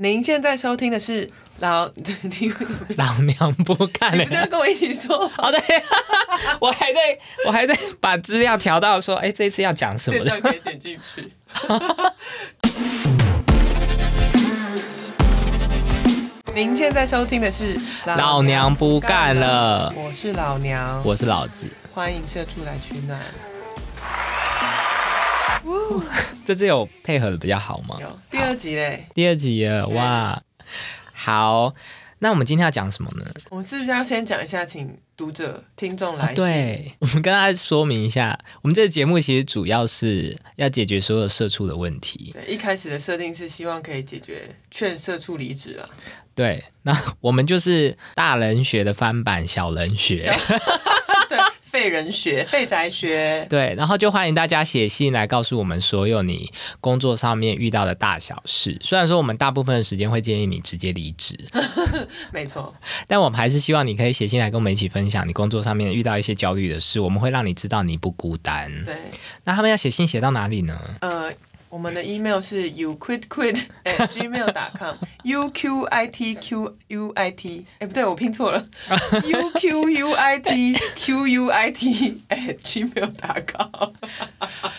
您现在收听的是老， 你 老娘不看你了不。是要跟我一起说哦，对， 我还在我还在把资料调到说，哎、这一次要讲什么这的。段可以剪进去。 您现在收听的是老娘不干了，我是老娘，我是老子。欢迎社畜来取暖。这次有配合的比较好吗？有第二集嘞，第二集了，哇，好，那我们今天要讲什么呢？我们是不是要先讲一下，请读者、听众啊来、信？对，我们跟大家说明一下，我们这个节目其实主要是要解决所有社畜的问题。对，一开始的设定是希望可以解决劝社畜离职啊，对，那我们就是大人学的翻版小人学。对，废人学、废宅学，对，然后就欢迎大家写信来告诉我们所有你工作上面遇到的大小事。虽然说我们大部分的时间会建议你直接离职，没错，但我们还是希望你可以写信来跟我们一起分享你工作上面遇到一些焦虑的事，我们会让你知道你不孤单。对，那他们要写信写到哪里呢？呃，我们的 email 是 you quit quit at gmail com u q i t q u i t，哎、不对，我拼 错了，u q u i t q u i t at gmail com。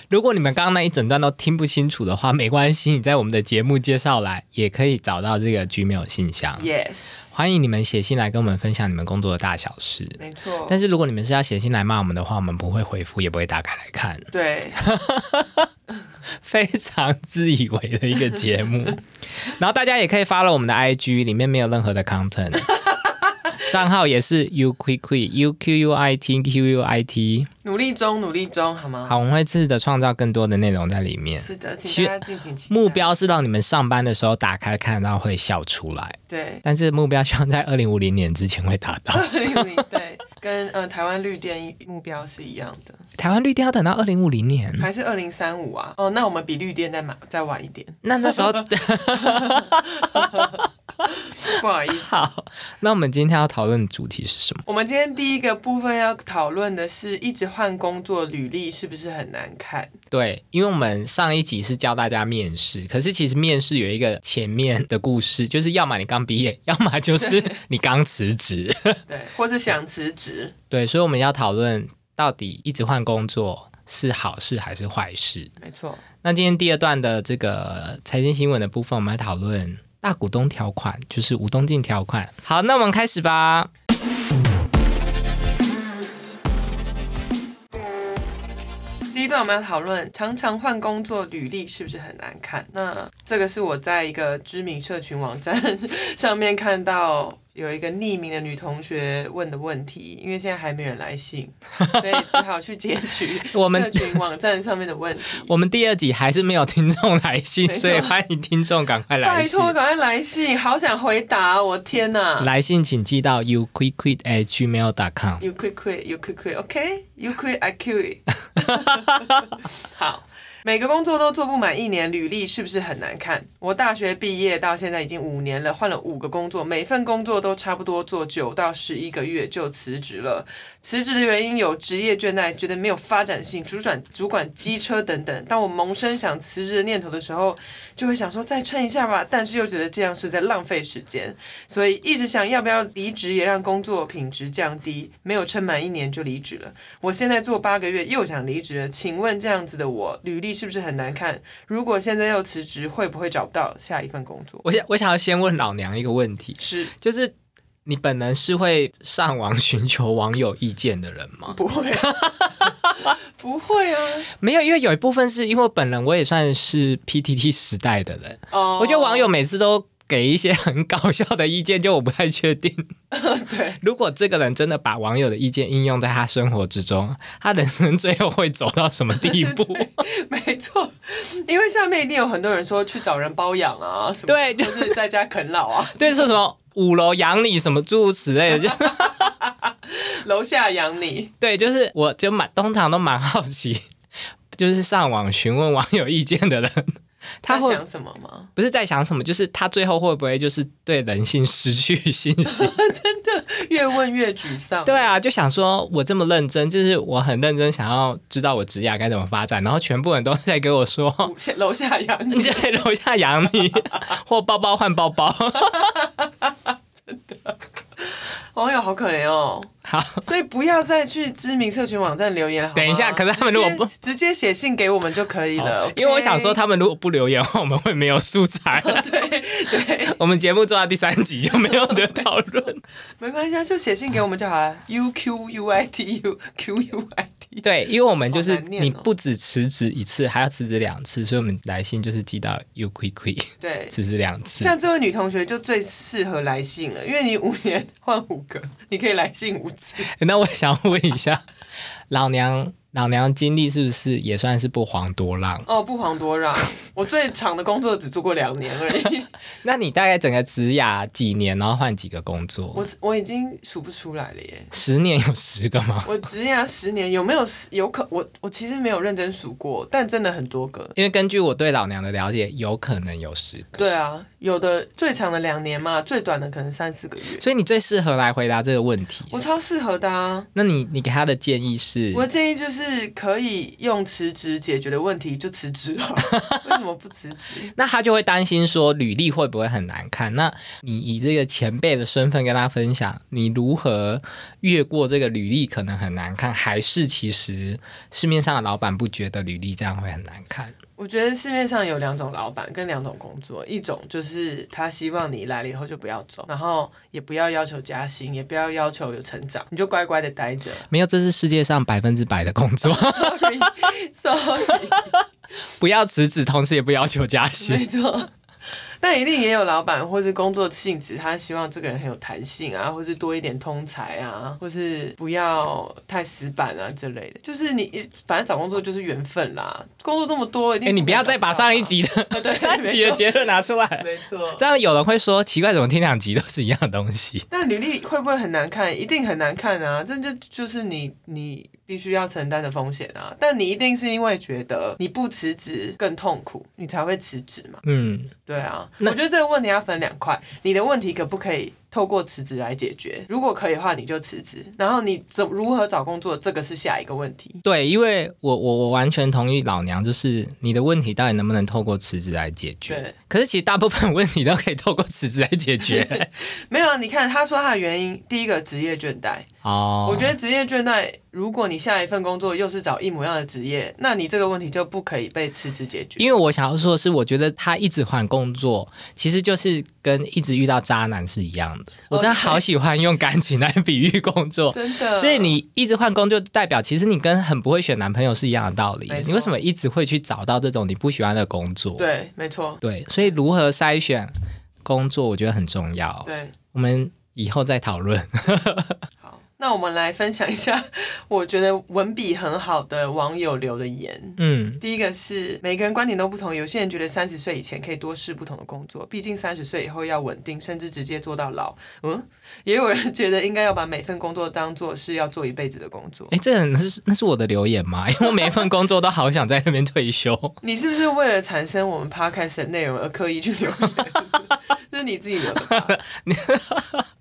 如果你们刚刚那一整段都听不清楚的话，没关系，你在我们的节目介绍栏也可以找到这个 Gmail 信箱。 Yes，欢迎你们写信来跟我们分享你们工作的大小事。没错，但是如果你们是要写信来骂我们的话，我们不会回复，也不会打开来看。对，非常自以为的一个节目。 然后大家也可以发了我们的 IG，里面没有任何的 content，账号也是 u q q u q u i t q u i t。努力中，努力中，好吗？好，我们会试着创造更多的内容在里面。是的，其请实大家敬请期待。目标是让你们上班的时候打开看到会笑出来，对，但是目标希望在二零五零年之前会达 到。对，跟呃台湾绿电目标是一样的，台湾绿电要等到二零五零年，还是二零三五啊？哦，那我们比绿电再晚再晚一点，那那时候 不好意思。好。那我们今天要讨论的主题是什么？我们今天第一个部分要讨论的是，一直换工作履历是不是很难看？对，因为我们上一集是教大家面试，可是其实面试有一个前面的故事，就是要么你刚毕业，要 么就是你刚辞职。对，或是想辞职？对，所以我们要讨论到底一直换工作是好事还是坏事。没错，那今天第二段的这个财经新闻的部分，我们来讨论大股东条款，就是股东进条款。好，那我们开始吧。第一段我们要讨论，常常换工作履历是不是很难看？那这个是我在一个知名社群网站上面看到有一个匿名的女同学问的问题，因为现在还没人来信， 所以只好去截 取我们社群网站上面的问题。我们第二集还是没有听众来信没，错所以欢迎听众赶快来拜信。托，赶快来信！好想回答，我天哪！来信请寄到 you quick quit at gmail dot com。 You quit, quit, you quit, quit, OK? You quit, I quit. 好，每个工作都做不满一年，履历是不是很难看？我大学毕业到现在已经五年了，换了五个工作，每份工作都差不多做九到十一个月就辞职了。辞职的原因有职业倦怠，觉得没有发展性，主管主管机车等等。当我萌生想辞职的念头的时候，就会想说再撑一下吧，但是又觉得这样是在浪费时间。所以一直想要不要离职，也让工作品质降低，没有撑满一年就离职了。我现在做八个月又想离职了，请问这样子的我，履历是不是很难看？如果现在又辞职，会不会找不到下一份工作？我想，我想要先问老娘一个问题，是就是你本人是会上网 寻求网友意见的人吗？不会，不会啊！没有，因为有一部分是因为我本人我也算是 PTT 时代的人，哦、我觉得网友每次都给一些 很搞笑的意见，就我不太确定， 对如果这个人真的把网友的意见应用在他生活之中，他人生最后会走到什么地步？ 没错，因为下面一定有很多人说去找人包养啊，什么 对就就是在家啃老啊， 对，说什么五楼养你什么诸如此类的，就楼下养你，对，就是我就蛮通常都蛮好奇，就是上网询问网友意见的人，他在会想什么吗？不是在想什么，就是他最后会不会就是对人性失去信心？越问越沮丧。 对啊，就想说我这么认真，就是我很认真想要知道我职涯该怎么发展，然后全部人都在给我说，楼下，楼下养你你，在楼下养你，或包包换包包。网友好可怜哦。好，所以不要再去知名社群网站留言了。好吗等一下可是他们如果不哦直接直接写信给我们就可以了，因为我想说，他他们如果不留言的话，我们会没有素 材。 对对，我们节目做到第三集就没有得讨论。没关系，啊，就写信给我们就好了。U Q U I T U Q U I T，对，因为我们就是好难念哦你不止辞职一次，还要辞职两次，所以我们来信就是寄到 u q u i q u i 对。辞职两次。像这位女同学就最适合来信了，因为你五年换五个，你可以来信五 次。 那我想问一下，老娘老娘经历是不是也算是不遑多让？ 哦，不遑多让，我最长的工作只做过两年而已，那你大概整个职涯几年，然后换几个工作？我 我已经数不出来了耶。十年有十个吗？我职涯十年有没有有可我我其实没有认真数过，但真的很多个。因为根据我对老娘的了解，有可能有十个。对啊，有的最长的两年嘛，最短的可能三四个月。所以你最适合来回答这个问题。我超适合的啊！那你你给他的建议是？我的建议就是可以用辞职解决的问题就辞职啊， 为什么不辞职？那他就会担心说履历会不会很难看？那你以这个前辈的身份跟他分享，你如何越过这个履历可能很难看，还是其实市面上的老板不觉得履历这样会很难看？我觉得市面上有两种老板跟两种工作，一种就是他希望你来了以后就不要走，然后也不要要求加薪，也不要要求有成长，你就乖乖的待着。 没有，这是世界上百分之百的工作， Sorry， 不要辞职，同时也不要求加薪。没错。那一定也有老板或是工作性质，他希望这个人很有弹性啊，或是多一点通才啊，或是不要太死板啊之类的。就是你反正找工作就是缘分啦，工作这么多，一 哎、定你不要可能再把找到啊上一集的 对上一集的结论拿 出来，没错。这样有人会说奇怪，怎么听两集都是一样的东西？那履历会不会很难看？一定很难看啊！这就就是你你必须要承担的风险啊。但你一定是因为觉得你不辞职更痛苦，你才会辞职嘛。嗯，对啊，那我觉得这个问题要分两块，你的问题可不可以透过辞职来解决？如果可以的话，你就辞职。然后你怎如何找工作，这个是下一个问题。对，因为我我我完全同意老娘，就是你的问题到底能不能透过辞职来解决？对，可是其实大部分问题都可以透过辞职来解 决。没有啊，你看他说他的原因，第一个职业倦怠，哦，我觉得职业倦怠，如果你下一份工作又是找一模一样的职业，那你这个问题就不可以被辞职解决。因为我想要说的是，我觉得他一直换工作，其实就是跟一直遇到渣男是一样的。我真的好喜欢用感情来比喻工作。哦真的，所以你一直换工作，代表其实你跟很不会选男朋友是一样的道理没。错你为什么一直会去找到这种你不喜欢的工作？对，没错，对，所以如何筛选工作，我觉得很重要。对，我们以后再讨论。好，那我们来分享一下， 我觉得文笔很好的网友留的言。 嗯，第一个是每个人观点都不同，有些人觉得三十岁以前可以多试不同的工作，毕竟三十岁以后要稳定，甚至直接做到老。嗯，也有人觉得应该要把每份工作当做是要做一辈子的工作。哎，这个人是那是我的留言吗？因 为我每一份工作都好想在那边退休。你是不是为了产生我们 podcast 的内容而刻意去留 言？这是你自己留的吧？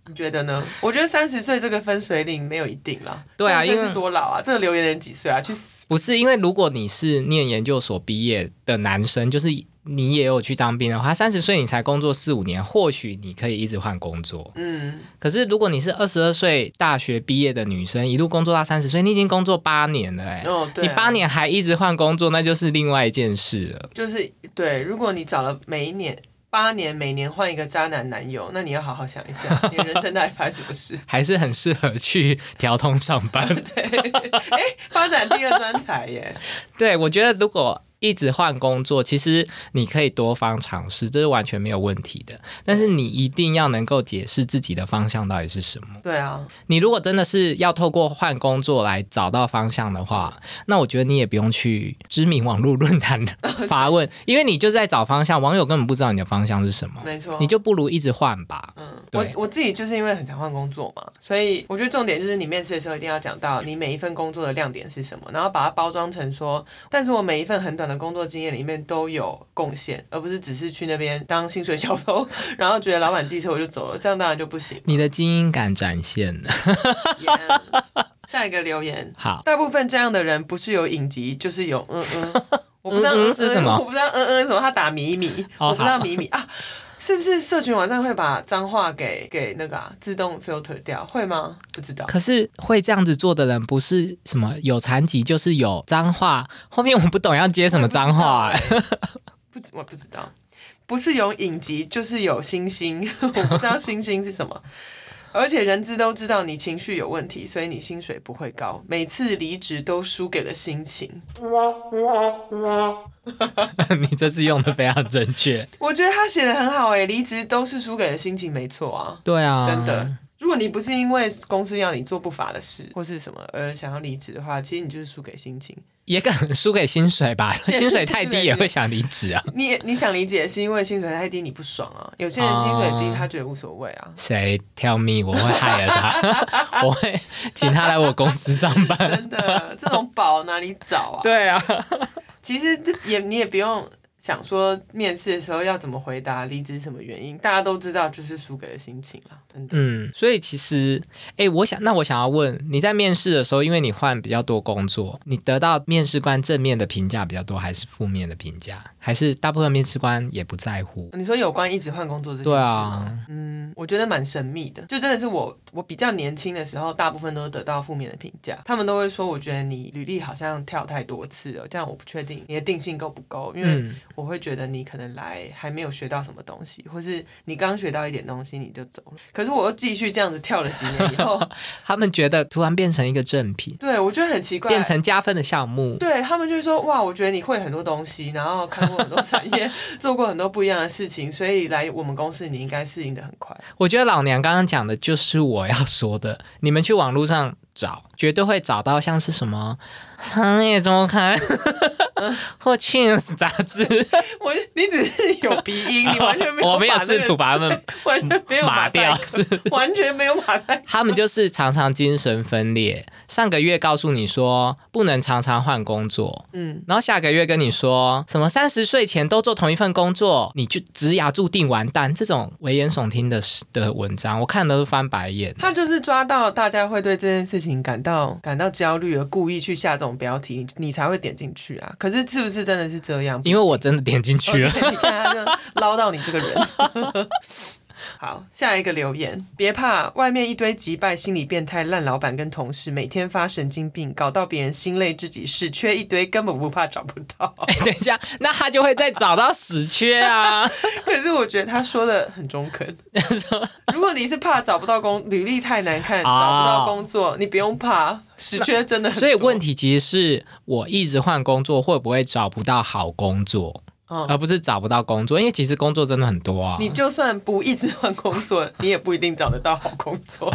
你觉得呢？我觉得三十岁这个分水岭没有一定啦。对啊30岁因为是多老啊？这个留言的人几岁啊？去死！ 不是因为如果你是念研究所毕业的男生，就是你也有去当兵的话，三十岁你才工作四五年，或许你可以一直换工作。嗯，可是如果你是二十二岁大学毕业的女生，一路工作到三十岁，你已经工作八年了、哎、哦，对、你八。年还一直换工作，那就是另外一件事了。就是对，如果你找了每一年八年，每年换一个渣男男友，那你要好好想一想，你的人生到底发生什么事？ 还是很适合去调通上班。发展第二专才耶，对，我觉得如果一直换工作，其实你可以多方尝试，这是完全没有问题的。但是你一定要能够解释自己的方向到底是什么。对啊，你如果真的是要透过换工作来找到方向的话，那我觉得你也不用去知名网络论坛发问，因为你就是在找方向，网友根本不知道你的方向是什么，没错，你就不如一直换吧。嗯，我对我自己就是因为很常换工作嘛，所以我觉得重点就是你面试的时候一定要讲到你每一份工作的亮点是什么，然后把它包装成说，但是我每一份很短的工作经验里面都有贡献，而不是只是去那边当薪水小偷， 然后觉得老板记仇我就走了，这样当然就不 行。你的精英感展现了。 Yeah 下一个留言，好，大部分这样的人不是有隐疾，就是有嗯 嗯，我不知道嗯嗯嗯是什么我不知道嗯嗯是什么，他打米米，哦我不知道米米啊。是不是社群网站会把脏话给给那个啊自动 filter 掉？会吗？不知道。可是会这样子做的人不是什么有残疾，就是有脏话。后面我不懂要接什么脏话、哎不知我不知道，不是有影集就是有星星， 我不知道星星是什么。而且人资都知道你情绪有问题，所以你薪水不会高。每次离职都输给了心情。 你这次用的非常正确。我觉得他写的很好诶、离职都是输给了心情，没错啊，对啊，真的。如果你不是因为公司要你做不法的事或是什么而想要离职的话，其实你就是输给心情。也敢输给薪水吧？薪水太低也会想离职啊。你你想理解是因为薪水太低你不爽啊，有些人薪水哦低他觉得无所谓啊。谁 tell me 我会害了他，我会请他来我公司上班。真的， 这种宝哪里找啊？对啊，其实这也你也不用想说面试的时候要怎么回答离职什么原因，大家都知道就是输给了心情啦，真的。嗯，所以其实，哎、我想，那我想要问你在面试的时候，因为你换比较多工作，你得到面试官正面的评价比较多，还是负面的评价？还是大部分面试官也不在乎？你说有关一直换工作这件事对吗，啊，嗯，我觉得蛮神秘的，就真的是我我比较年轻的时候，大部分都得到负面的评价，他们都会说，我觉得你履历好像跳太多次了，这样我不确定你的定性够不够，因为嗯，我会觉得你可能来还没有学到什么东西，或是你刚学到一点东西你就走了，可是我又继续这样子跳了几年以 后，他们觉得突然变成一个正品，对我觉得很奇怪，变成加分的项目。对他们就说哇，我觉得你会很多东西，然后看过很多产业，做过很多不一样的事情，所以来我们公司你应该适应的很快。我觉得老娘刚刚讲的就是我要说的，你们去网络上找，绝对会找到像是什么《商业周刊》或《Chance》杂志。我嗯你只是有鼻音，你完全 没有、我没有试图，把他们完全没有码马掉，赛，完全没有马赛。他们就是常常精神分裂。上个月告诉你说不能常常换工作，嗯，然后下个月跟你说什么三十岁前都做同一份工作，你就职涯注定完蛋。这种危言耸听的的文章，我看的都翻白眼。他就是抓到大家会对这件事情感到感到焦虑，而故意去下这种标题，你你才会点进去啊。可是是不是真的是这样？因为我真的点进去了，你看他就捞到你这个人。 好，下一个留言，别怕，外面一堆击败心理变态烂老板跟同事，每天发神经病，搞到别人心累自己事，缺一堆根本不怕找不到。哎， 等一下，那他就会再找到死缺 啊。可是我觉得他说的很中肯。 如果你是怕找不到工，履历太难看，啊找不到工作，你不用怕，死缺真的很多。所以问题其实是我一直换工作，会不会找不到好工作，嗯，而不是找不到工作？因为其实工作真的很多啊，你就算不一直换工作，你也不一定找得到好工 作。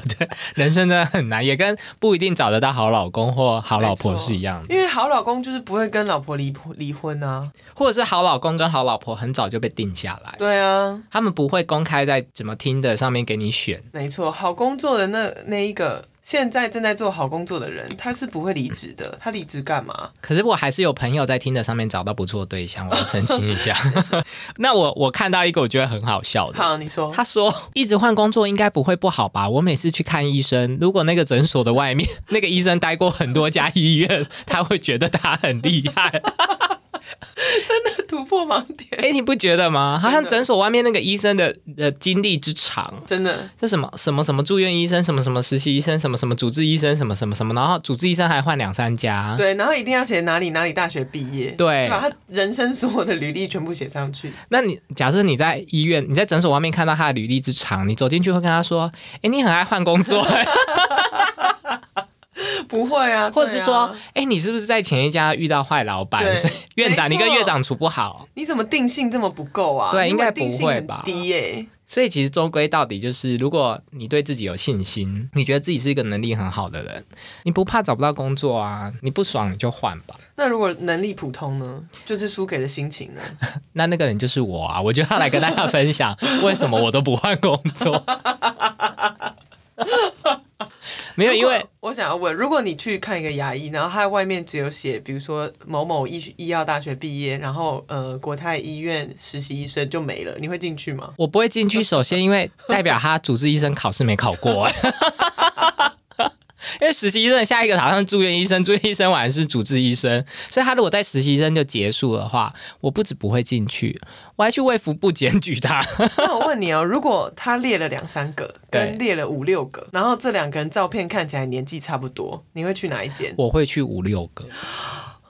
人生真的很难，也跟不一定找得到好老公或好老婆没错是一样的，因为好老公就是不会跟老婆离婚离婚啊。或者是好老公跟好老婆很早就被定下来，对啊，他们不会公开在怎么听的上面给你选。没错，好工作的那那一个，现在正在做好工作的人，他是不会离职的。他离职干嘛？可是我还是有朋友在听的上面找到不错的对象，我要澄清一下。 那我我看到一个我觉得很好笑的，好，你说，他说：“一直换工作应该不会不好吧？我每次去看医生，如果那个诊所的外面 那个医生待过很多家医院，他会觉得他很厉害。 突破盲点，哎，你不觉得吗？好像真的诊所外面那个医生的的经历之长，真的就什么什么什么住院医生，什么什么实习医生，什么什么主治医生，什么什么什么，然后主治医生还换两三家。对。然后一定要写哪里哪里大学毕业，对把他人生所有的履历全部写上 去。那你假设你在医院，你在诊所外面看到他的履历之长，你走进去会跟他说：‘哎，你很爱换 工作、哎不会啊，或者是说，对啊哎、你是不是在前一家遇到坏老 板？对哦所以院长，没你错跟院长处不好，你怎么定性这么不够啊？对你应该怎么定性不会吧很低耶、所以其实终归到底就是，如果你对自己有信心，你觉得自己是一个能力很好的人，你不怕找不到工作啊，你不爽你就换吧。那如果能力普通呢？就是输给了心 情呢？那那个人就是我啊，我就要来跟大家分 享为什么我都不换工作。 没有，因为我想要问，如果你去看一个牙医，然后他外面只有写，比如说某某医医药大学毕业，然后呃国泰医院实习医生就没了，你会进去吗？我不会进去，首先因为代表他主治医生考试没考过、 因为实习医生的下一个好像是住院医生，住院医生完是主治医生，所以他如果在实习生就结束的话，我不止不会进去，我还去卫福部检举他。 那我问你哦，如果他列了两三个，对跟列了五六个，然后这两个人照片看起来年纪差不多，你会去哪一间？我会去五六个。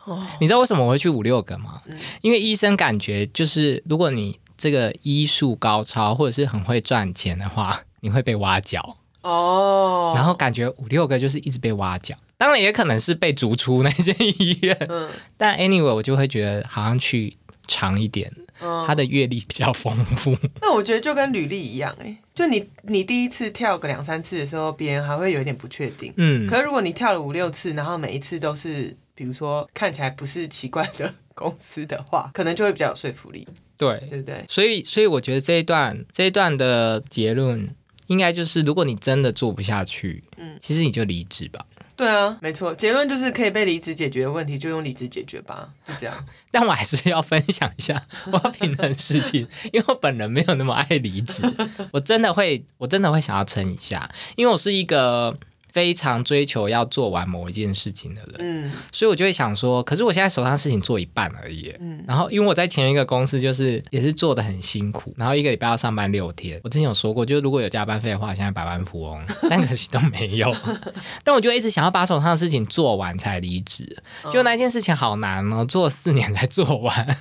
哦你知道为什么我会去五六个吗？嗯因为医生感觉就是，如果你这个医术高超或者是很会赚钱的话， 你会被挖角。哦，然后感觉五六个就是一直被挖角，当然也可能是被逐出那间医院。 嗯但 anyway，我就会觉得好像去长一点，嗯，他的阅历比较丰 富。那我觉得就跟履历一样、欸，哎，就你你第一次跳个两三次的时候，别人还会有一点不确定。嗯，可是如果你跳了五六次，然后每一次都是，比如说看起来不是奇怪的公司的话，可能就会比较有说服力，对。对不对？所以，所以我觉得这一段这一段的结论应该就是，如果你真的做不下去，嗯嗯，其实你就离职吧。对啊，没错，结论就是可以被离职解决的问题，就用离职解决吧，就这样。但我还是要分享一下，我要平衡事情，因为我本人没有那么爱离职，我真的会，我真的会想要撑一下，因为我是一个非常追求要做完某一件事情的人，嗯 所以我就会想说，可是我现在手上事情做一半而已。嗯，然后，因为我在前一个公司就是也是做的很辛苦，然后一个礼拜要上班六天。我之前有说过，就是如果有加班费的话，现在百万富翁， 但可惜都没有。 但我就一直想要把手上的事情做完才离职，嗯就那件事情好难哦，做了四年才 做完。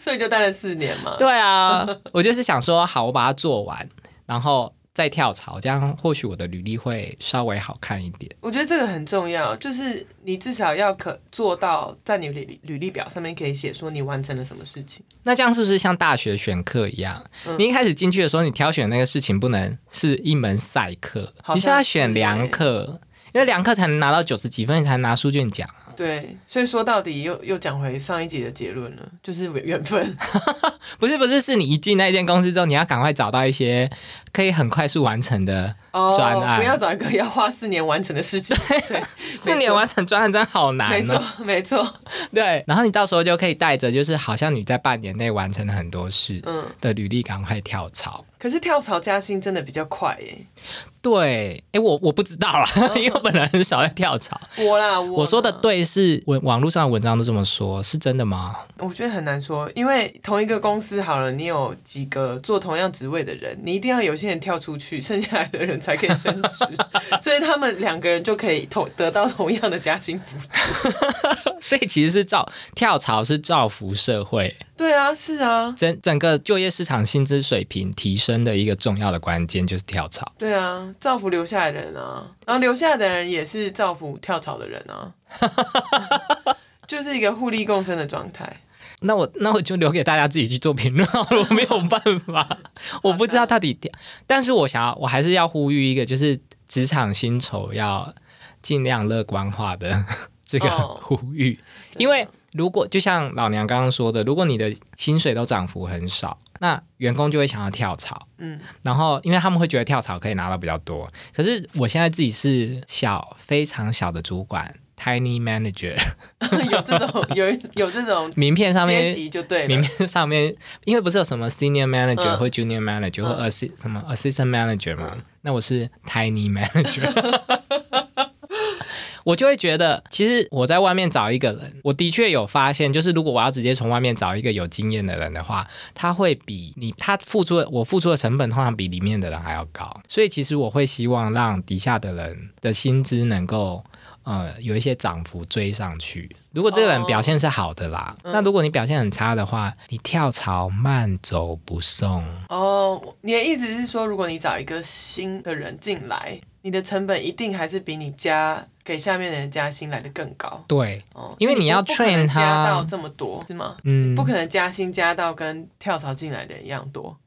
所以就待了四年嘛。对啊，我就是想说，好，我把它做完，然后再跳槽，这样或许我的履历会稍微好看一点。我觉得这个很重要，就是你至少要可做到，在你履履历表上面可以写说你完成了什么事情。那这样是不是像大学选课一样？嗯你一开始进去的时候，你挑选那个事情不能是一门赛课，好像你是要选是良欸课，因为良课才能拿到九十几分，你才能拿书卷奖。对，所以说到底又又讲回上一集的结论了，就是缘 分。不是不是，是你一进那间公司之后，你要赶快找到一些可以很快速完成的。哦专案不要找一个要花四年完成的事 情。对，四年完成专案真好难、哦，没错，没错，对，然后你到时候就可以带着，就是好像你在半年内完成了很多事嗯。的履历，赶快跳槽。可是跳槽加薪真的比较快耶。对，哎，我我不知道啦， 因为我本来很少在跳槽。我啦，嗯我我说的啦，对是文网络上的文章都这么说，是真的吗？我觉得很难说，因为同一个公司好了，你有几个做同样职位的人，你一定要有些人跳出去，剩下来的人才可以升 职，所以他们两个人就可以同得到同样的加薪幅度。呃所以其实是造跳槽是造福社会，对啊，是啊，整整个就业市场薪资水平提升的一个重要的关键就是跳槽。对啊，造福留下来的人啊，然后留下来的人也是造福跳槽的人 啊，就是一个互利共生的状态。那我那我就留给大家自己去做评论好了，我没有办法，我不知道到底，但是我想要，我还是要呼吁一个，就是职场薪酬要尽量乐观化的这个哦呼吁，因啊为如果就像老娘刚刚说的，如果你的薪水都涨幅很少，那员工就会想要跳槽，嗯 然后因为他们会觉得跳槽可以拿到比较多。可是我现在自己是小非常小的主管，tiny manager，有这种有一有这种名片上面阶级就对明了。面上面，因为不是有什么 senior 嗯 manager 或 junior manager 或 assi 什么 assistant manager 嘛？那我是 tiny manager，我就会觉得，其实我在外面找一个人，我的确有发现，就是如果我要直接从外面找一个有经验的人的话，他会比你他付出的我付出的成本通常比里面的人还要高，所以其实我会希望让底下的人的薪资能够。呃，有一些涨幅追上去。如果这个人哦表现是好的啦，那如果你表现很差的话，你跳槽慢走不送。哦，你的意思是说，如果你找一个新的人进来，你的成本一定还是比你加给下面的人加薪来的更高对，哦，因为你你要不可能 train 加他到这么多是吗？嗯，不可能加薪加到跟跳槽进来的人一样多。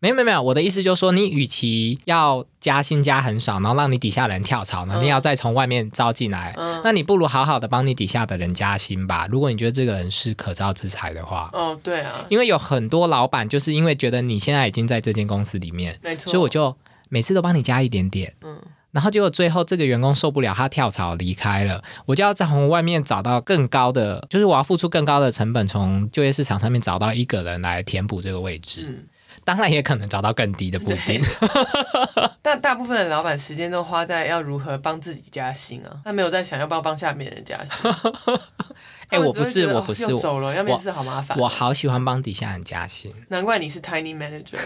没有没有没有，我的意思就是说，你与其要加薪加很少，然后让你底下人跳槽，然后你要再从外面招进来，嗯那你不如好好的帮你底下的人加薪吧。如果你觉得这个人是可造之才的话，哦，对啊，因为有很多老板就是因为觉得你现在已经在这间公司里面，没错。所以我就每次都帮你加一点点，嗯然后结果最后这个员工受不了，他跳槽离开了。我就要在从外面找到更高的，就是我要付出更高的成本，从就业市场上面找到一个人来填补这个位置。嗯当然也可能找到更低的，不一定。但大部分的老板时间都花在要如何帮自己加薪啊，他没有在想要不要帮下面人加 薪。他哎、们我只不会是，觉得我哦不是，又我走了，要面试好麻烦。我好喜欢帮底下人加薪。难怪你是 tiny manager。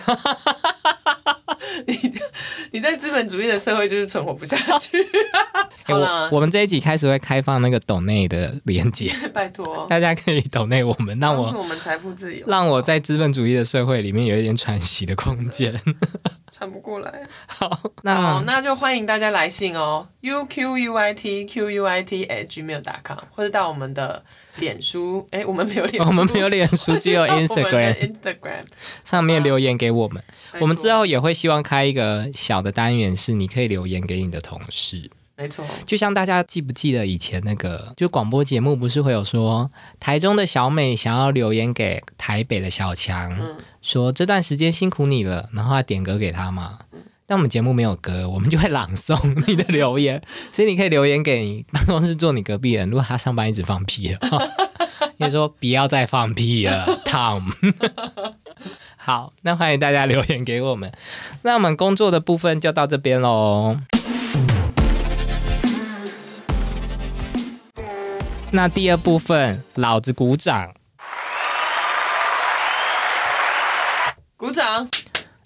你你在资本主义的社会就是存活不下去。哎、好啦我我们这一集开始会开放那个抖内的连 接， 拜托，大家可以抖内我们，让帮我助我们财富自由，让我在资本主义的社会里面有一点喘息的空间。喘不过来。好，好，那那就欢迎大家来信哦，u q u y t q u y t at gmail com，或者到我们的脸书，哎、我们没有脸书，哦我们没有脸书，只有到 我们的啊 Instagram Instagram，上面留言给我们。我们之道，后也会希望开一个小的单元，是你可以留言给你的同事。没错，就像大家记不记得以前那个，就广播节目不是会有说，台中的小美想要留言给台北的小强，嗯说这段时间辛苦你了，然后他点歌给他嘛。但我们节目没有歌，我们就会朗诵你的留言， 所以你可以留言给你办公室坐你隔壁人，如果他上班一直放屁的话， 你就说不要再放屁了，Tom。好，那欢迎大家留言给我们。那我们工作的部分就到这边喽。那第二部分，老子鼓掌。鼓掌，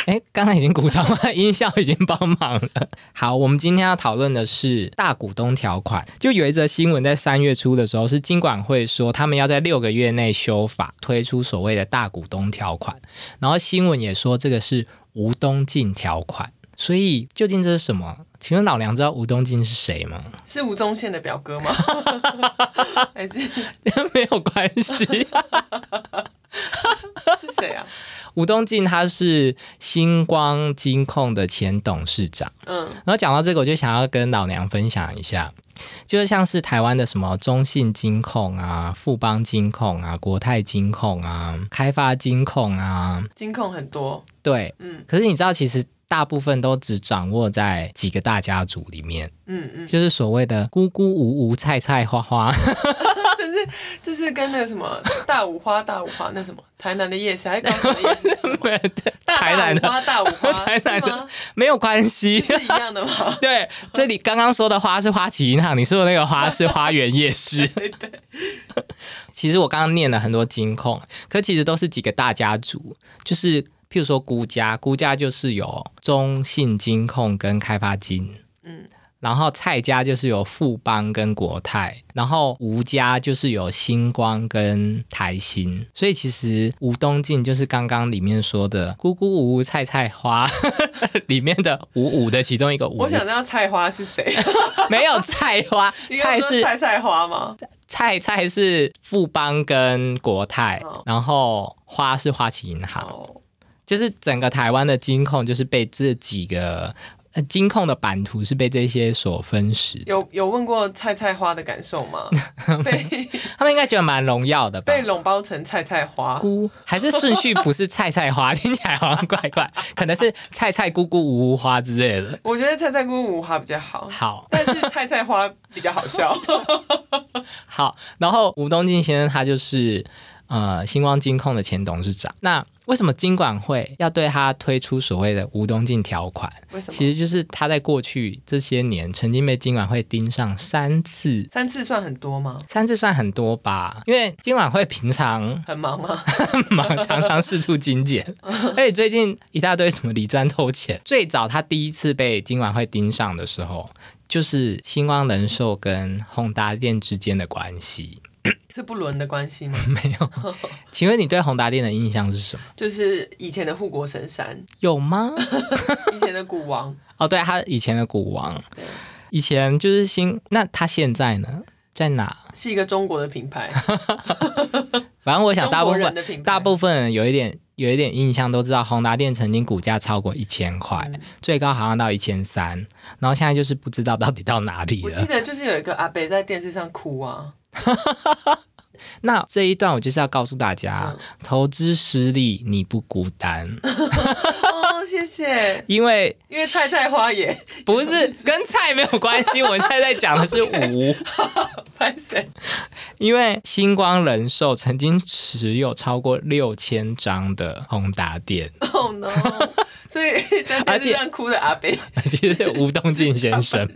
哎，刚刚已经鼓掌了， 音效已经帮忙了。好，我们今天要讨论的是大股东条款。就有一则新闻，在三月初的时候，是金管会说他们要在六个月内修法，推出所谓的大股东条款。然后新闻也说这个是无东进条款。所以究竟这是什么？请问老梁知道吴东进是谁吗？ 是吴宗宪的表哥吗？还是没有关系，是谁啊？吴东进他是星光金控的前董事长。嗯，然后讲到这个，我就想要跟老娘分享一下，就是像是台湾的什么中信金控啊、富邦金控啊、国泰金控啊、开发金控啊，金控很多，对，嗯可是你知道，其实大部分都只掌握在几个大家族里面，嗯嗯，就是所谓的姑姑、吴吴、菜菜、花花。 这是这是跟那个什 么大五花大五花那什么台南的夜市，还 是高雄的夜市是什么？大台南大五花的大五 花台是南的吗？没有关系。 是一样的吗？对，这里刚刚说的花是花旗银行，你说的那个花是花园夜市。对对，其实我刚刚念了很多金控，可其实都是几个大家族，就是譬如说孤家，孤家就是有中信金控跟开发金，嗯然后蔡家就是有富邦跟国泰，然后吴家就是有星光跟台新，所以其实吴东进就是刚刚里面说的姑姑吴吴菜菜花 里面的五五的其中一个 五我，想知道 菜花是谁？没有菜花， 你刚刚菜说是菜菜花吗？菜菜是富邦跟国泰，哦然后花是花旗银行，哦，就是整个台湾的金控就是被这几个呃金控的版图是被这些所分食，有有问过菜菜花的感受 吗？被他们应该觉得蛮荣耀的吧被。笼包成菜菜花，姑还是顺序不是菜 菜花，听起来好像怪怪，可能是菜菜姑姑无无花之类的。我觉得菜菜姑五花比较好，好但是菜菜花比较好 笑。好，然后吴东进先生他就是呃星光金控的前董事长，那为什么金管会要对他推出所谓的吴东进条款？为什么？其实就是他在过去这些年曾经被金管会盯上三次，三次算很多吗？三次算很多吧，因为金管会平常很忙吗？很忙，常常四处精 简，而且最近一大堆什么李专偷钱。最早他第一次被金管会盯上的时候，就是星光人寿跟宏达店之间的关系。是不伦的关系 吗？没有，请问你对宏达店的印象是什么？就是以前的护国神山，有吗？以前的股王，哦，对，他以前的股王，对，以前就是新，那他现在呢，在哪？是一个中国的品牌，反 正我想大中部国分人的品牌，大部分人有一点有一点印象，都知道宏达电曾经股价超过一千块，嗯最高好像到一千三，然后现在就是不知道到底到哪里我记了。得就是有一个阿北在电视上哭啊，那这一段我就是要告诉大家，嗯投资失利你不孤单，哦，谢谢 谢。因为因为菜菜花也 不是跟菜没有关系，我现在在讲的 是无，拍谁？因为星光人寿曾经持有超过六千张的宏达 店， Oh no！所以在而电且视上哭的阿北，其实吴东进先 生。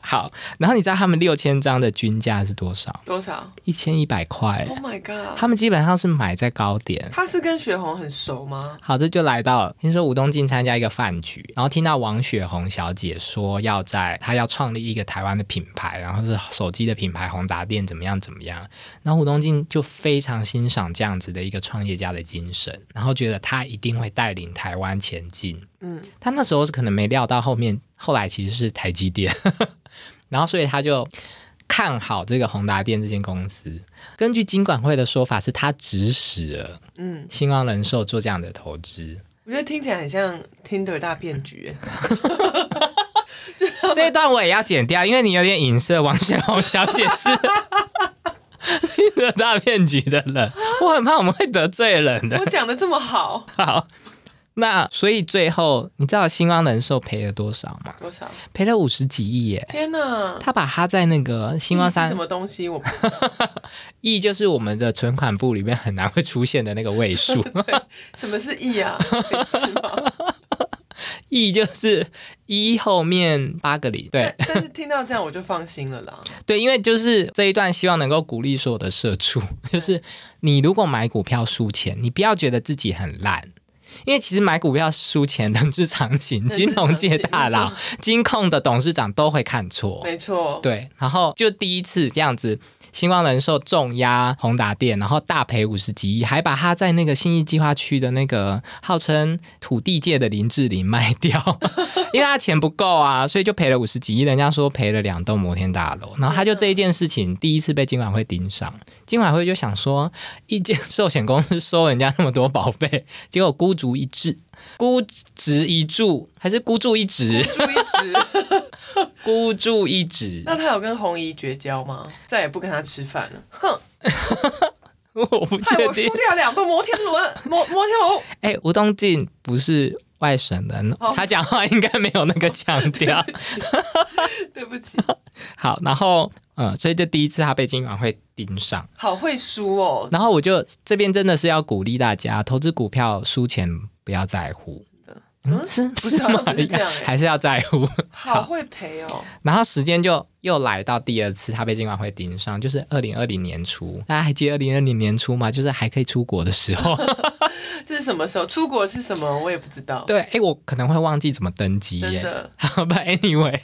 好，然后你知道他们六千张的均价是多少？多少一千一百块？Oh。my god！他们基本上是买在高点，他是跟雪红很熟吗？好，这就来到了。听说吴东进参加一个饭局，然后听到王雪红小姐说要在她要创立一个台湾的品牌，然后是手机的品牌宏达店怎么样怎么样。然后吴东进就非常欣赏这样子的一个创业家的精神，然后觉得他一定会带领台湾前进。嗯，他那时候是可能没料到后面，后来其实是台积电，然后所以他就看好这个宏达电这间公司。根据金管会的说法，是他指使了嗯，新光人寿做这样的投资。 我觉得听起来很像 Tinder 大骗局 耶。这一段我也要剪掉，因为你有点影射王雪红小姐是 听得大骗局的人，我很怕我们会得罪人的我。讲的这么好，好，那所以最后你知道星光人寿赔了多少吗？多少？赔了五十几亿耶！天哪！他把他在那个星光是什三么东西？我不亿，就是我们的存款簿里面很难会出现的那个位 数，什么是亿啊？可以吃吗？亿就是一后面八个零。 对但是听到这样我就放心了啦。对，因为就是这一段希望能够鼓励所有的社畜，就是你如果买股票输钱，你不要觉得自己很烂。因为其实买股票输钱 人之常情，之常情金融界大没佬、金控的董事长都会看错。没错，对，然后就第一次这样子，星光人寿重压宏达店，然后大赔五十几亿，还把他在那个新义计划区的那个号称土地界的林志玲卖掉， 因为他钱不够啊，所以就赔了五十几亿。人家说赔了两栋摩天大楼，然后他就这一件事情第一次被金管会盯上，金管会就想说，一间寿险公司收人家那么多保费，结果孤注一掷，孤执一注，还是孤注一掷，注意值。孤注一掷。 那他有跟红姨绝交吗？再也不跟他吃饭了。哼，我不害 确我定输。掉两个摩天 轮，摩摩天楼。哎、吴东进不是外省人，哦他讲话应该没有那个腔调。对不起， 好，然后呃，所以这第一次他被金管会盯上，好会输哦。然后我就这边真的是要鼓励大家，投资股票输钱不要在乎。嗯，嗯是是是好像吗不是这样欸？ 还是要在乎？好会赔哦，然后时间就又来到第二次，他被金管会盯上，就是二零二零年初。大家还记得二零二零年初吗？就是还可以出国的时 候。这是什么时候？出国是什么？我也不知道。对，哎、我可能会忘记怎么登机耶。真的， 好吧，Anyway，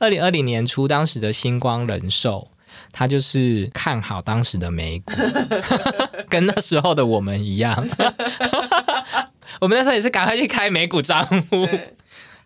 二零二零年初，当时的星光人寿，他就是看好当时的美股， 跟那时候的我们一样。 我们那时候也是赶快去开美股账户。对，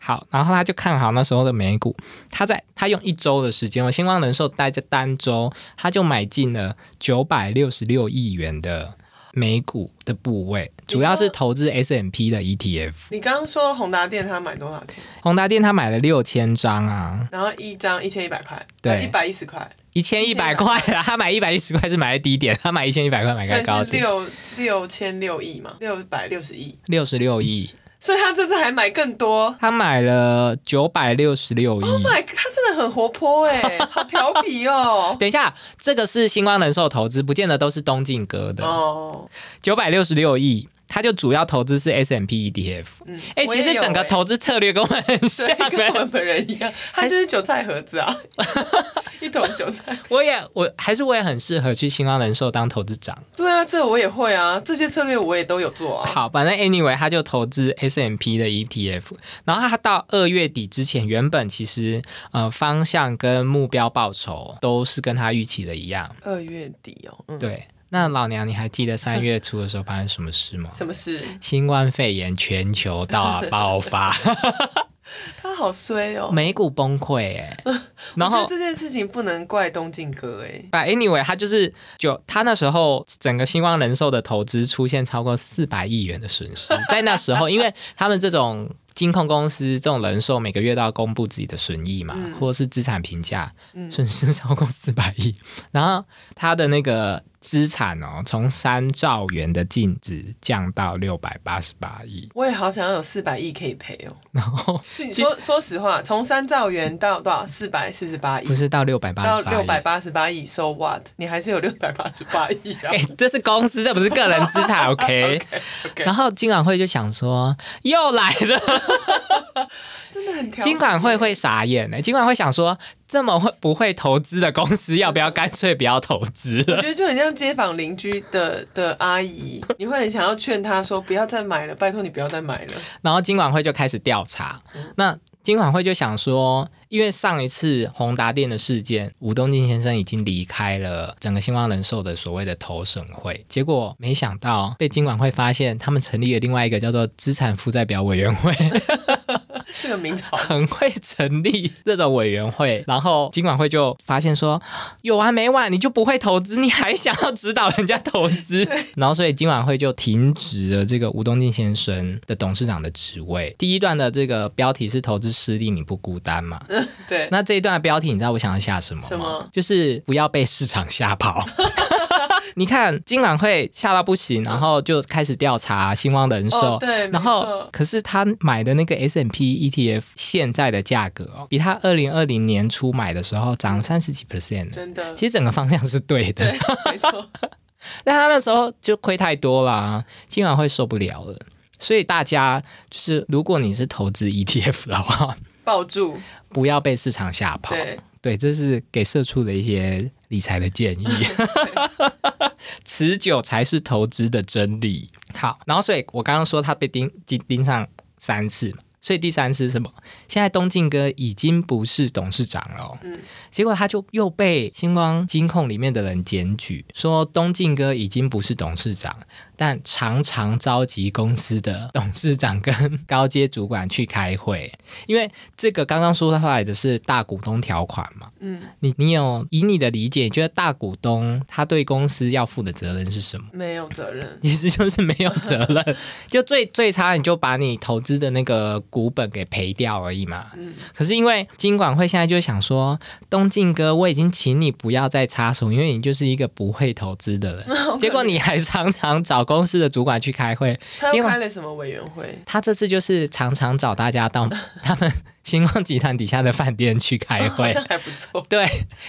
好，然后他就看好那时候的美股，他在他用一周的时间，我星光人寿待在单周，他就买进了九百六十六亿元的美股的部位，主要是投资 S M P 的 E T F。你刚刚说宏达店他买多少钱？宏达电他买了六千张啊，然后一张一千一百块，呃对一百一十块，一千一百块啦，他买一百一十块是买在低点，他买一千一百块买所在以高是点，六六千六亿嘛，六百六十亿。六十六亿，所以他这次还买更多。他买了九百六十六亿。买他真的很活泼哎、 好调皮哦。等一下，这个是星光人寿投资，不见得都是东进哥的哦，九百六十六亿，他就主要投资是 S M P E D F。嗯，哎、我其也实有整个欸投资策略跟我们很像、对，跟欸，我本人 一样，他就是韭菜盒子 啊，一桶韭菜。我也我还是我也很适合去星光人寿当投资长。 对啊，这我也会啊，这些策略我也都有做啊。好，反正 anyway，他就投资 S M P 的 E T F，然后他到二月底之前，原本其实呃方向跟目标报酬都是跟他预期的一样。二月底哦，嗯，对，那老娘，你还记得三月初的时候发生什么事吗？什么事？新冠肺炎全球大爆发，他好衰哦。美股崩溃哎、然我觉后得这件事情不能怪东晋哥哎、 But anyway，他就是就他那时候整个星光人寿的投资出现超过四百亿元的损失，在那时候，因为他们这种金控公司这种人寿每个月都要公布自己的损益嘛，嗯或者是资产评价，嗯损失超过四百亿，然后他的那个资产哦，从三兆元的净值降到六百八十八亿，我也好想要有四百亿可以赔哦。然后 所以你说说实话，从三兆元到多少？四百四十八亿不。是到六百八到十八亿，六百八十八亿，so what？你还是有六百八十八亿啊 哎、这是公司，这不是个人资产，OK？ ！OK，然后金管会就想说，又来了。真的很调皮金管会会傻眼呢、金管会想说，这么会不会投资的公司，要不要干脆不要投资我 了？觉得就很像街坊邻居的的阿姨，你会很想要劝她说不要再买了，拜托你不要再买了。然后金管会就开始调查。那金管会就想说，因为上一次宏达店的事件，吴东进先生已经离开了整个兴旺人寿的所谓的投审会，结果没想到被金管会发现，他们成立了另外一个叫做资产负债表委员会。这个名字好 很会成立这种委员会，然后金管会就发现说有完没完，你就不会投资，你还想要指导人家投 资，然后所以金管会就停止了这个吴东进先生的董事长的职位。第一段的这个标题是“投资失利你不孤单”嘛，对，那这一段的标题你知道我想要下什么吗？什么就是不要被市场 吓跑。 你看，金管会吓到不行，然后就开始调查兴旺人寿、哦对没然后错可是他买的那个 S M P ETF 现在的价格哦，比他二零二零年初买的时候涨三十几 percent 真的，其实整个方向是对的，对，没 错，但他那时候就亏太多啦，金管会受不了了。所以大家就是，如果你是投资 ETF 的话，抱住，不要被市场吓跑。对，对，这是给社畜的一些理财的建议。 持久才是投资的真理。好，然后所以我刚刚说他被盯盯盯上三次嘛，所以第三次是什么？现在东进哥已经不是董事长了哦、嗯结果他就又被星光金控里面的人检举，说东进哥已经不是董事长，但常常召集公司的董事长跟 高阶主管去开会，因为这个刚刚说出来的是大股东条款嘛。嗯，你你有以你的理解，你觉得大股东他对公司要负的责任是什么？ 没有责任，其实就是没有责任， 就最最差你就把你投资的那个股本给赔掉而已嘛。嗯，可是因为金管会现在就想说，东进哥，我已经请你不要再插手，因为你就是一个不会投资的人。 结果你还常常找公司的主管去开会，他结又果开了什么委员会？他这次就是常常找大家到 他们星光集团底下的饭店去开好会。像还不错，对，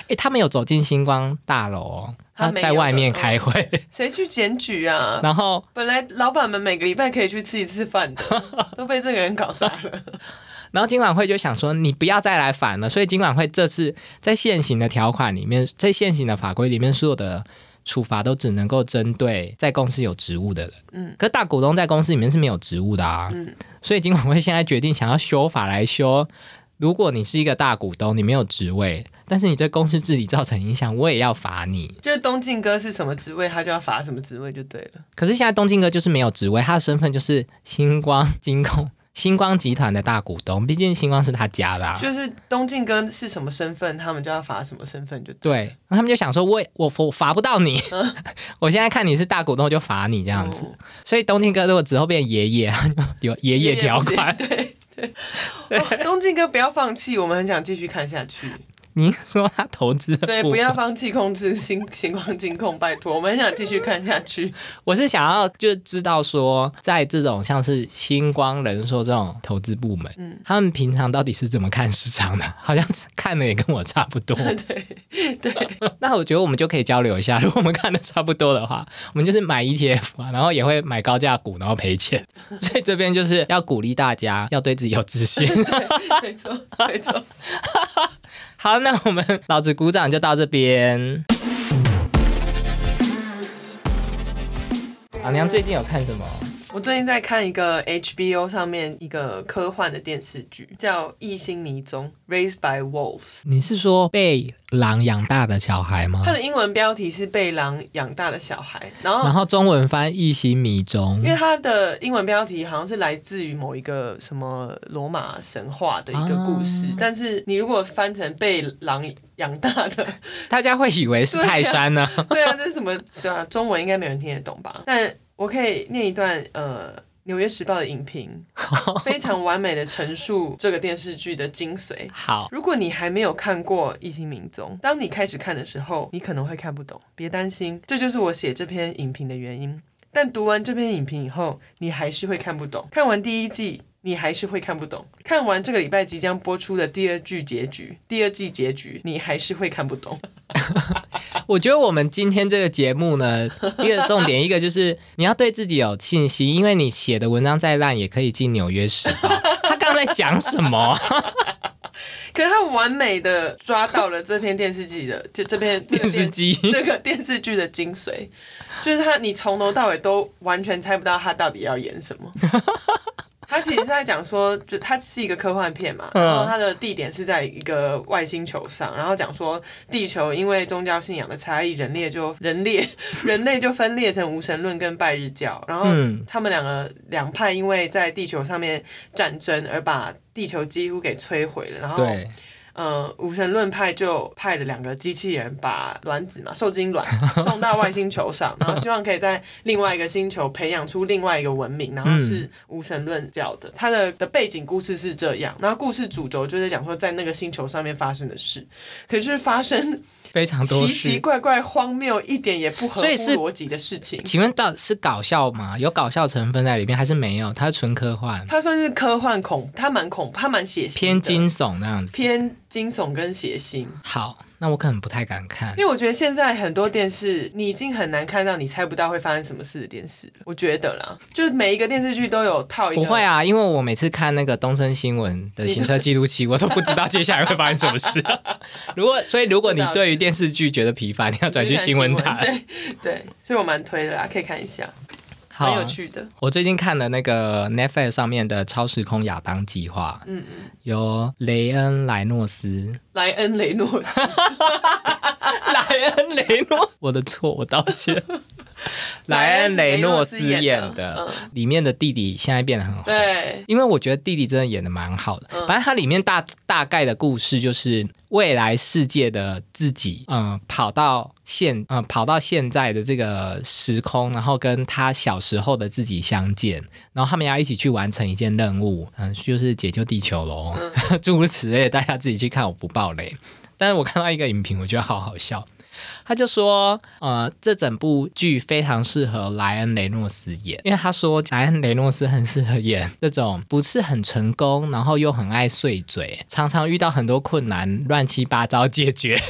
诶，他没有走进星光大楼哦，他他没有在外面开会，谁去检举啊？ 然后本来老板们每个礼拜可以去吃一次饭 的，都被这个人搞砸了。然后金管会就想说，你不要再来反了。所以金管会这次在现行的条款里面，在现行的法规里面，所有的处罚都只能够针对在公司有职务的人。嗯，可大股东在公司里面是没有职务的啊。嗯所以金管会现在决定想要修法来修，如果你是一个大股东，你没有职位，但是你对公司治理造成影响，我也要罚你。就是东进哥是什么职位，他就要罚什么职位就对了。可是现在东进哥就是没有职位，他的身份就是星光金控。星光集团的大股东，毕竟星光是他家的、啊，就是东进哥是什么身份，他们就要罚什么身份就对。对，然后他们就想说我，我我罚不到 你，我现在看你是大股东，我就罚你这样子。哦所以东进哥如果之后变爷爷，他就有爷爷条 款。 哦东进哥不要放弃，我们很想继续看下去。您说他投资的对，部不要放弃控制星星光金控，拜托，我们很想继续看下 去。我是想要就知道说，在这种像是星光人寿这种投资部门，嗯他们平常到底是怎么看市场的？ 好像是看的也跟我差不多。对对，那我觉得我们就可以交流一下，如果我们看的差不多的话，我们就是买 ETF 啊，然 后也会买高价股，然后赔 钱。所以这边就是要鼓励大家要对自己有自 信。没错没错。好，那我们老子鼓掌就到这边。老啊娘最近有看什么？我最近在看一个 HBO 上面一个科幻的电视剧，叫《异星迷踪》（Raised by Wolves）。你是说被狼养大的小孩吗它？的英文标题是《被狼养大的小孩》，然后然后中文翻《一心迷踪因》为它的英文标题好像是来自于某一个什么罗马神话的一个故事，但是你如果翻成“被狼养大的大家会以为是泰山呢、”啊对啊，这是什么？对啊，中文应该没人听得懂吧？但我可以念一段呃纽约时报》的影评，非常完美的陈述这个电视剧的精髓。好，如果你还没有看过《异星迷踪》，当你开始看的时候，你可能会看不懂。别担心，这就是我写这篇影评的原因。但读完这篇影评以后，你还是会看不懂。看完第一季，你还是会看不懂。看完这个礼拜即将播出的第二季结局，第二季结局，你还是会看不懂。我觉得我们今天这个节 目呢，一个重点，一个就是你要对自己有信心，因为你写的文章再烂也可以进《纽约时报》。 他刚刚在讲什么？可是他完美的抓到了这篇电视剧的这这篇这个电视机这个电视剧的精髓， 就是他你从头到尾都完全猜不到他到底要演什么。 他其实是在讲说，就它是一个科幻片嘛，嗯然后它的地点是在一个外星球上，然后讲说地球因为宗教信仰的差异，人类就人类 人类就分裂成无神论跟拜日教，然后嗯他们两个两派因为在地球上面战争而把地球几乎给摧毁了，然后对，呃，无神论派就派了两个机器人把卵子嘛，受精卵送到外星球 上，然后希望可以在另外一个星球培养出另外一个文明，然后嗯是无神论教的。它的的背景故事是这样，然后故事主轴就在讲说在那个星球上面发生的事，可是发生非常多奇奇事。怪怪、荒谬、一点也不合乎所以是逻辑的事情。请问到是搞笑吗？有搞笑成分在里面还是没有？它是纯科幻，它算是科幻恐，它蛮恐，它蛮血腥的，偏惊悚那样子。偏惊悚跟血腥。好，那我可能不太敢看因。为我觉得现在很多电视，你已经很难看到你猜不到会发生什么事的电视，我觉得啦，就是每一个电视剧都有套一个。不会啊，因为我每次看那个东森新闻的行车记录器，我都不知道接下来会发生什 么事。如果所以，如果你这倒是对于电视剧觉得疲乏，你要你转去看新闻台。对对，所以我蛮推的啦，可以看一下，好蛮啊，有趣的。我最近看了那个 Netflix 上面的《超时空亚当计划》，嗯由雷恩·莱诺斯，莱恩雷诺斯，莱恩·雷诺，我的错，我道 歉。莱恩·雷诺斯演的，嗯里面的弟弟现在变得很红。对，因为我觉得弟弟真的演的蛮好的，反正它里面大大概的故事就是未来世界的自己，嗯，跑到现，嗯，跑到现在的这个时空，然后跟他小时候的自己相见，然后他们要一起去完成一件任务，嗯，就是解救地球喽， 诸如此类，大家自己去看，我不爆雷。但是我看到一个影评，我觉得好好笑。他就说，呃，这整部剧非常适合莱恩·雷诺斯演，因为他说莱恩·雷诺斯很适合演这种不是很成功，然后又很爱碎嘴，常常遇到很多困难，乱七八糟解决。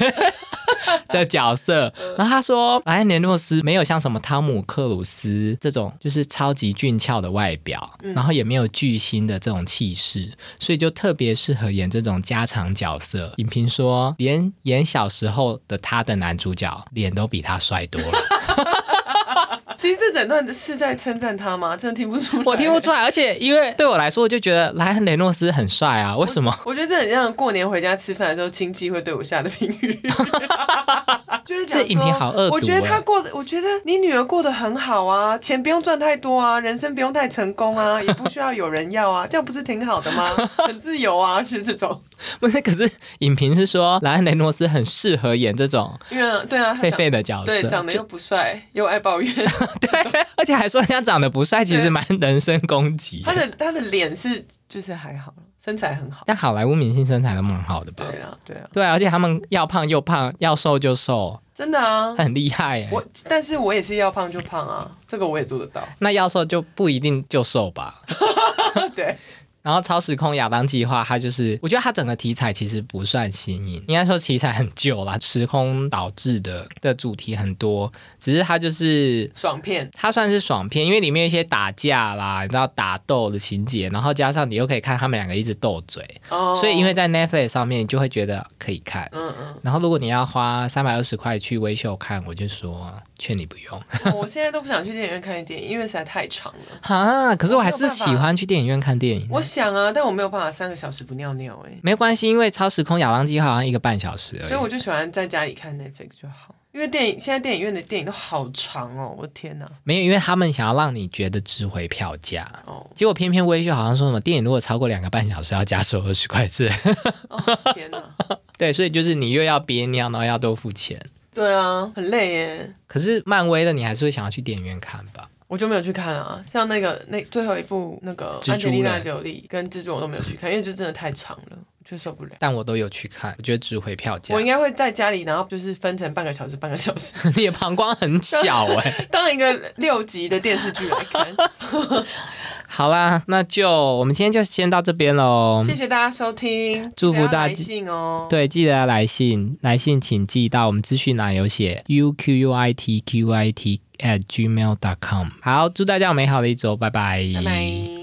的角色，然后他说莱恩·雷诺斯没有像什么汤姆·克鲁斯这种就是超级俊俏的外表，然后也没有巨星的这种气势，所以就特别适合演这种家常角色。影评说，连演小时候的他的男主角脸都比他帅多了，其实这整段是在称赞他吗？真的听不出来， 我听不出来。而且因为对我来说，我就觉得莱恩·雷诺斯很帅 啊，为什么？我觉得这很像过年回家吃饭的时候，亲戚会对我下的评 语。就是讲这说影评好恶毒我觉得欸她过得，我觉得你女儿过得很好啊，钱不用赚太多啊，人生不用太成功 啊，也不需要有人要啊，这样不是挺好的吗？很自由啊，是这种。不是，可是影评是说莱恩·雷诺斯很适合演这种因为对啊，他狒长狒的角对色，长得就又不帅，又爱抱怨，对， 而且还说人家长得不帅，其实对蛮人身攻击。他的他的脸是就是还好，身材很好。但好莱坞明星身材都蛮好的吧？对啊，对啊，对啊，而且他们要胖又胖，要瘦就瘦，真的啊他。很厉害欸耶。我但是我也是要胖就胖啊，这个我也做得到。 那要瘦就不一定就瘦吧。对，然后《超时空亚当计划》，它就是我觉得它整个题材其实不算新颖，应该说题材很旧啦，时空导致的的主题很多，只是它就是。爽片。它算是爽片，因为里面有一些打架啦，你知道打斗的情节，然后加上你又可以看他们两个一直斗嘴，哦，所以因为在 Netflix 上面，你就会觉得可以看。嗯嗯然后如果你要花三百二十块去微秀看，我就说劝你不用哦，我现在都不想去电影院看电影，因为实在太长了。哈。可是我还是我没有办法喜欢去电影院看电影。我想啊，但我没有办法三个小时不尿尿哎、没关系，因为超时空亚当机好像一个半小时而已。所以我就喜欢在家里看 Netflix 就好。因为电影现在电影院的电影都好长哦，我的天哪！没有，因为他们想要让你觉得值回票价。哦结果偏偏微秀好像说什么电影如果超过两个半小时要加收二十块钱，哦天哪！ 对，所以就是你又要憋尿，然后要多付钱。对啊，很累耶。可是漫威的你还是会想要去电影院看吧？我就没有去看啊。像那个那最后一部那个蜘蛛安吉丽娜人九莉跟蜘蛛我都没有去看，因为这真的太长了，我就受不了。但我都有去看，我觉得值回票价我。应该会在家里，然后就是分成半个小时、半个小时， 你的膀胱很小哎、当一个六集的电视剧来看。好啦，那就我们今天就先到这边喽。谢谢大家收听，祝福大家来信哦。对，记得来信，来信请寄到我们资讯栏有写 u q u i t q i t at gmail dot com。好，祝大家有美好的一周，拜拜，拜拜。